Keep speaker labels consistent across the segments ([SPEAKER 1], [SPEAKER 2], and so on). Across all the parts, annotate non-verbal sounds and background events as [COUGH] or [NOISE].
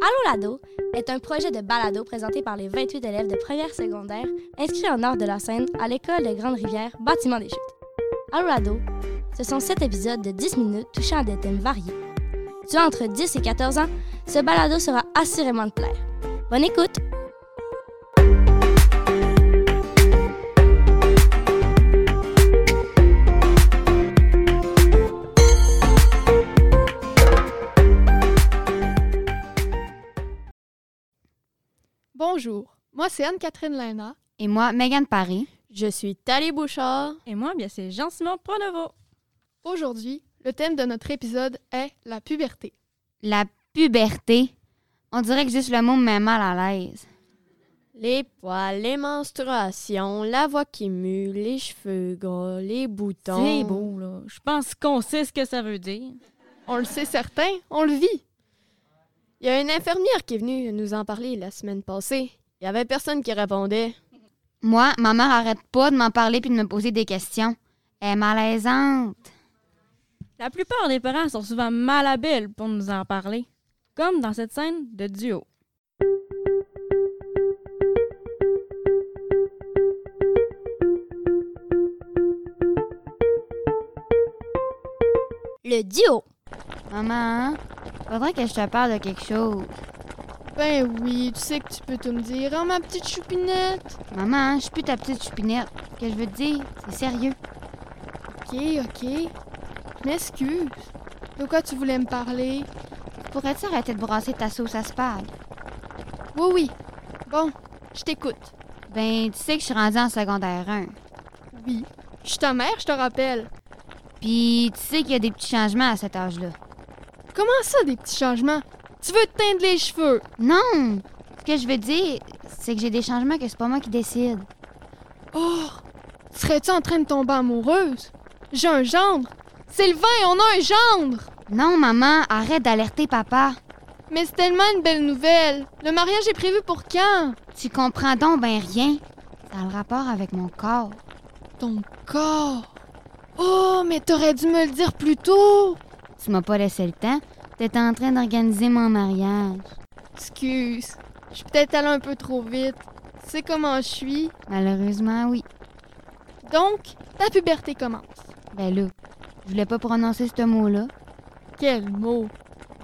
[SPEAKER 1] Allô l'ado est un projet de balado présenté par les 28 élèves de première secondaire inscrits en nord de la Seine à l'école de Grande-Rivière, bâtiment des chutes. Allô l'ado, ce sont 7 épisodes de 10 minutes touchant à des thèmes variés. Tu as entre 10 et 14 ans, ce balado sera assurément de plaire. Bonne écoute!
[SPEAKER 2] Bonjour, moi c'est Anne-Catherine Lena.
[SPEAKER 3] Et moi, Megan Paris.
[SPEAKER 4] Je suis Thalie Bouchard.
[SPEAKER 5] Et moi, bien, c'est Jean-Simon Pronovo.
[SPEAKER 2] Aujourd'hui, le thème de notre épisode est la puberté.
[SPEAKER 3] La puberté. On dirait que juste le mot me met mal à l'aise.
[SPEAKER 4] Les poils, les menstruations, la voix qui mue, les cheveux gras, les boutons.
[SPEAKER 5] C'est beau, là. Je pense qu'on sait ce que ça veut dire.
[SPEAKER 2] On le sait certain, on le vit.
[SPEAKER 4] Il y a une infirmière qui est venue nous en parler la semaine passée. Il y avait personne qui répondait.
[SPEAKER 3] Moi, ma mère arrête pas de m'en parler puis de me poser des questions. Elle est malaisante.
[SPEAKER 5] La plupart des parents sont souvent mal habiles pour nous en parler, comme dans cette scène de duo.
[SPEAKER 1] Le duo!
[SPEAKER 3] Maman, hein? faudrait que je te parle de quelque chose.
[SPEAKER 2] Ben oui, tu sais que tu peux tout me dire, hein, ma petite choupinette?
[SPEAKER 3] Maman, hein, je suis plus ta petite choupinette. Ce que je veux te dire, c'est sérieux.
[SPEAKER 2] Ok, ok. Je m'excuse. De quoi tu voulais me parler?
[SPEAKER 3] Pourrais-tu arrêter de brasser ta sauce à spag?
[SPEAKER 2] Oui, oui. Bon, je t'écoute.
[SPEAKER 3] Ben, tu sais que je suis rendue en secondaire 1.
[SPEAKER 2] Oui. Je suis ta mère, je te rappelle.
[SPEAKER 3] Puis, tu sais qu'il y a des petits changements à cet âge-là.
[SPEAKER 2] Comment ça, des petits changements? Tu veux te teindre les cheveux?
[SPEAKER 3] Non! Ce que je veux dire, c'est que j'ai des changements que c'est pas moi qui décide.
[SPEAKER 2] Oh! Serais-tu en train de tomber amoureuse? J'ai un gendre! Sylvain, on a un gendre!
[SPEAKER 3] Non, maman, arrête d'alerter papa.
[SPEAKER 2] Mais c'est tellement une belle nouvelle! Le mariage est prévu pour quand?
[SPEAKER 3] Tu comprends donc ben rien. Ça a le rapport avec mon corps.
[SPEAKER 2] Ton corps! Oh, mais t'aurais dû me le dire plus tôt!
[SPEAKER 3] Tu m'as pas laissé le temps. T'étais en train d'organiser mon mariage.
[SPEAKER 2] Excuse, je suis peut-être allée un peu trop vite. Tu sais comment je suis.
[SPEAKER 3] Malheureusement, oui.
[SPEAKER 2] Donc, ta puberté commence.
[SPEAKER 3] Ben là, je voulais pas prononcer ce mot-là.
[SPEAKER 2] Quel mot!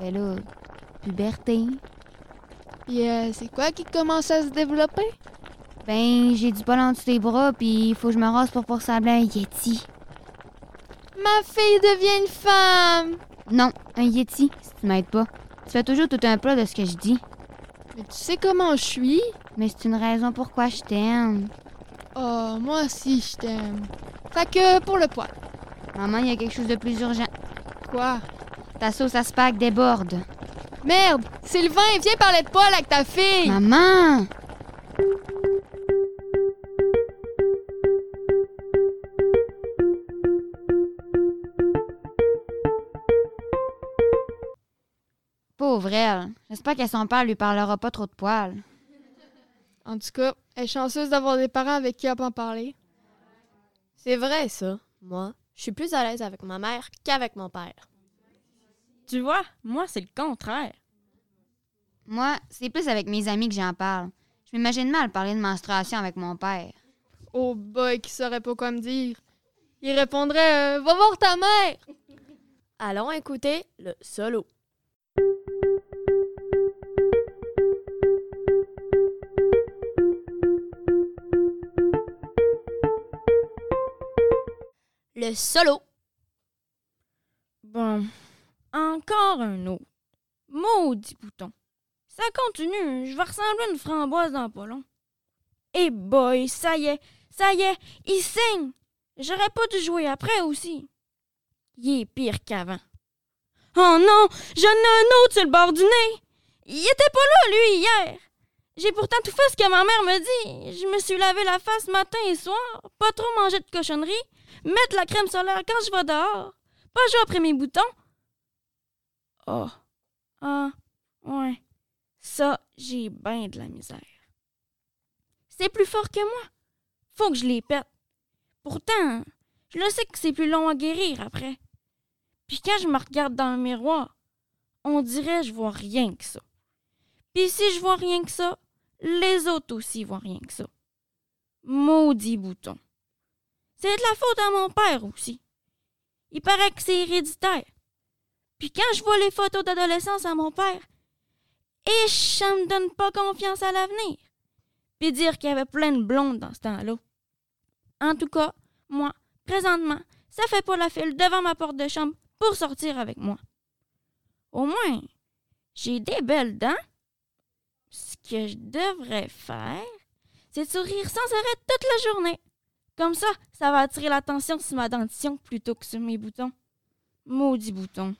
[SPEAKER 3] Ben là, puberté.
[SPEAKER 2] Et euh, c'est quoi qui commence à se développer?
[SPEAKER 3] Ben, j'ai du bol en dessous des bras, puis il faut que je me rase pour pour ressembler à un yeti.
[SPEAKER 2] Ma fille devient une femme!
[SPEAKER 3] Non, un yeti, si tu m'aides pas. Tu fais toujours tout un plat de ce que je dis.
[SPEAKER 2] Mais tu sais comment je suis?
[SPEAKER 3] Mais c'est une raison pourquoi je t'aime.
[SPEAKER 2] Oh, moi aussi je t'aime. Fait que pour le poil.
[SPEAKER 3] Maman, il y a quelque chose de plus urgent.
[SPEAKER 2] Quoi?
[SPEAKER 3] Ta sauce à spag déborde.
[SPEAKER 2] Merde! Sylvain, viens parler de poil avec ta fille!
[SPEAKER 3] Maman! Pauvre elle. J'espère que son père lui parlera pas trop de poils.
[SPEAKER 2] En tout cas, elle est chanceuse d'avoir des parents avec qui elle peut en parler.
[SPEAKER 4] C'est vrai, ça. Moi, je suis plus à l'aise avec ma mère qu'avec mon père.
[SPEAKER 5] Tu vois, moi, c'est le contraire.
[SPEAKER 3] Moi, c'est plus avec mes amis que j'en parle. Je m'imagine mal parler de menstruation avec mon père.
[SPEAKER 2] Oh boy, qui saurait pas quoi me dire. Il répondrait euh, Va voir ta mère!
[SPEAKER 4] Allons écouter le solo.
[SPEAKER 1] Le solo!
[SPEAKER 5] Bon, encore un autre. Maudit bouton. Ça continue, je vais ressembler à une framboise dans pas long. Et boy, ça y est, ça y est, il saigne. J'aurais pas dû jouer après aussi. Il est pire qu'avant. Oh non, j'en ai un autre sur le bord du nez. Il était pas là, lui, hier. J'ai pourtant tout fait ce que ma mère me dit. Je me suis lavé la face matin et soir, pas trop manger de cochonneries, mettre la crème solaire quand je vais dehors, pas jouer après mes boutons. Oh. Ah. Ouais. Ça, j'ai bien de la misère. C'est plus fort que moi. Faut que je les pète. Pourtant, je le sais que c'est plus long à guérir après. Puis quand je me regarde dans le miroir, on dirait que je vois rien que ça. Puis si je vois rien que ça, les autres aussi voient rien que ça. Maudit bouton. C'est de la faute à mon père aussi. Il paraît que c'est héréditaire. Puis quand je vois les photos d'adolescence à mon père, et ça me donne pas confiance à l'avenir. Puis dire qu'il y avait plein de blondes dans ce temps-là. En tout cas, moi, présentement, ça fait pas la file devant ma porte de chambre pour sortir avec moi. Au moins, j'ai des belles dents. Ce que je devrais faire, c'est de sourire sans arrêt toute la journée. Comme ça, ça va attirer l'attention sur ma dentition plutôt que sur mes boutons. Maudit bouton.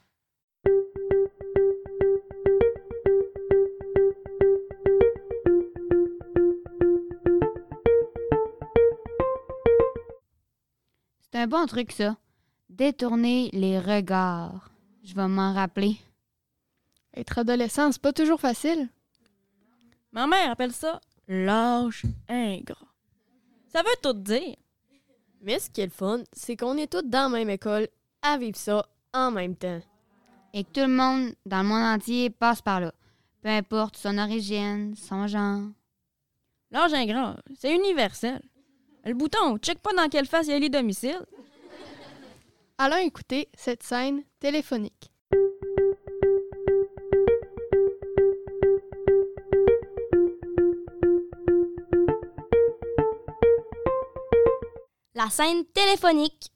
[SPEAKER 3] C'est un bon truc, ça. Détourner les regards. Je vais m'en rappeler.
[SPEAKER 2] Être adolescent, c'est pas toujours facile.
[SPEAKER 5] Ma mère appelle ça l'âge ingrat. Ça veut tout dire.
[SPEAKER 4] Mais ce qui est le fun, c'est qu'on est tous dans la même école à vivre ça en même temps.
[SPEAKER 3] Et que tout le monde dans le monde entier passe par là. Peu importe son origine, son genre.
[SPEAKER 5] L'âge ingrat, c'est universel. Le bouton, check pas dans quelle face il y a les domiciles.
[SPEAKER 2] Allons écouter cette scène téléphonique.
[SPEAKER 1] La scène téléphonique.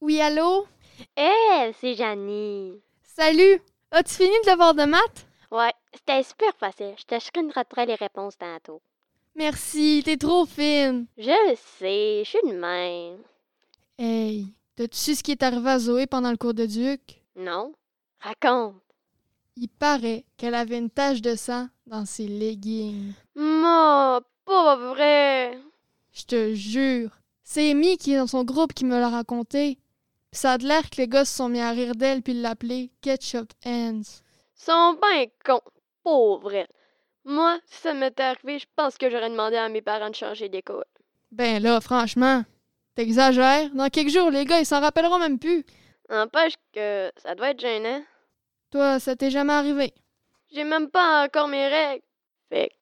[SPEAKER 2] Oui, allô?
[SPEAKER 6] Hé, c'est Janie.
[SPEAKER 2] Salut! As-tu fini de devoir de maths?
[SPEAKER 6] Ouais, c'était super facile. Je t'achetinerai les réponses tantôt.
[SPEAKER 2] Merci, t'es trop fine!
[SPEAKER 6] Je le sais, je suis de même.
[SPEAKER 2] Hey, t'as-tu su ce qui est arrivé à Zoé pendant le cours de Duc?
[SPEAKER 6] Non? Raconte.
[SPEAKER 2] Il paraît qu'elle avait une tache de sang dans ses leggings.
[SPEAKER 6] Moi, pas vrai.
[SPEAKER 2] Je te jure. C'est Amy qui est dans son groupe qui me l'a raconté. Pis ça a de l'air que les gars se sont mis à rire d'elle puis l'appelaient Ketchup Hands.
[SPEAKER 6] Sont ben cons. Pauvre. Moi, si ça m'était arrivé, je pense que j'aurais demandé à mes parents de changer d'école.
[SPEAKER 2] Ben là, franchement, t'exagères. Dans quelques jours, les gars, ils s'en rappelleront même plus.
[SPEAKER 6] N'empêche que ça doit être gênant.
[SPEAKER 2] Toi, ça t'est jamais arrivé.
[SPEAKER 6] J'ai même pas encore mes règles. Fait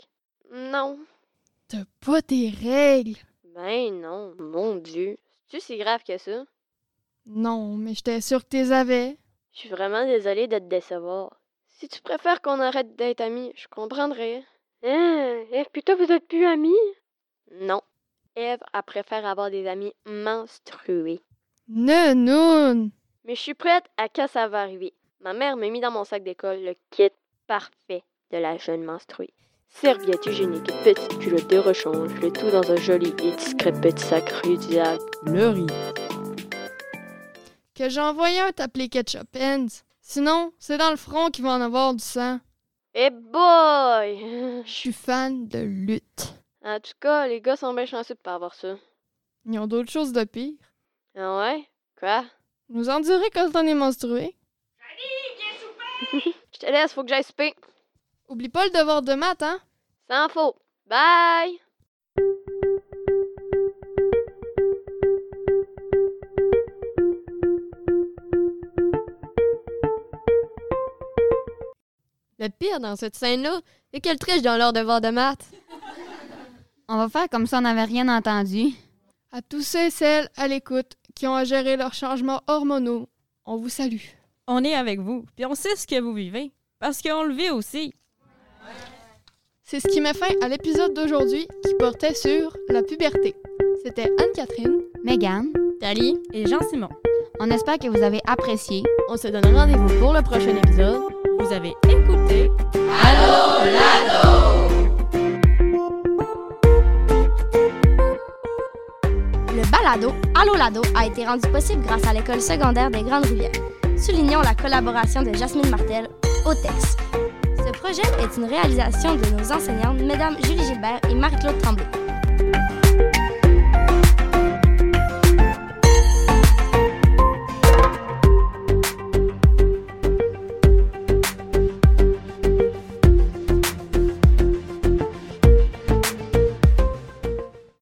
[SPEAKER 6] que, non.
[SPEAKER 2] T'as pas tes règles.
[SPEAKER 6] Ben non, mon Dieu. C'est-tu si grave que ça?
[SPEAKER 2] Non, mais j'étais sûre que t'es avais.
[SPEAKER 6] Je suis vraiment désolée de te décevoir. Si tu préfères qu'on arrête d'être amis, je comprendrai. Hein? Eve, plutôt, vous êtes plus amis? Non. Eve, elle préfère avoir des amis menstrués.
[SPEAKER 2] Non, non.
[SPEAKER 6] Mais je suis prête à quand ça va arriver. Ma mère m'a mis dans mon sac d'école le kit parfait de la jeune menstruée. Serviette hygiénique, petite culotte de rechange, le tout dans un joli et discret petit sac réutilisable. Le riz.
[SPEAKER 2] Que j'ai envoyé un t'appeler Ketchup Hands. Sinon, c'est dans le front qu'il va en avoir du sang.
[SPEAKER 6] Eh boy! [LAUGHS]
[SPEAKER 2] Je suis fan de lutte.
[SPEAKER 6] En tout cas, les gars sont bien chanceux de pas avoir ça.
[SPEAKER 2] Ils ont d'autres choses de pire.
[SPEAKER 6] Ah ouais? Quoi?
[SPEAKER 2] Nous endurer quand on est menstrué.
[SPEAKER 6] Je te laisse, faut que j'aille souper.
[SPEAKER 2] Oublie pas le devoir de maths, hein?
[SPEAKER 6] Sans faux. Bye!
[SPEAKER 4] Le pire dans cette scène-là, c'est qu'elle triche dans leur devoir de maths.
[SPEAKER 3] On va faire comme si on n'avait rien entendu.
[SPEAKER 2] À tous ceux et celles à l'écoute qui ont à gérer leurs changements hormonaux, on vous salue.
[SPEAKER 5] On est avec vous, puis on sait ce que vous vivez. Parce qu'on le vit aussi.
[SPEAKER 2] C'est ce qui met fin à l'épisode d'aujourd'hui qui portait sur la puberté. C'était Anne-Catherine.
[SPEAKER 3] Megan,
[SPEAKER 4] Tali,
[SPEAKER 5] Et Jean-Simon,
[SPEAKER 3] on espère que vous avez apprécié.
[SPEAKER 4] on se donne rendez-vous pour le prochain épisode.
[SPEAKER 5] vous avez écouté
[SPEAKER 1] Le balado Allô Lado a été rendu possible grâce à l'école secondaire des Grandes Rivières. Soulignons la collaboration de Jasmine Martel au texte. Ce projet est une réalisation de nos enseignantes, Mesdames Julie Gilbert et Marie-Claude Tremblay.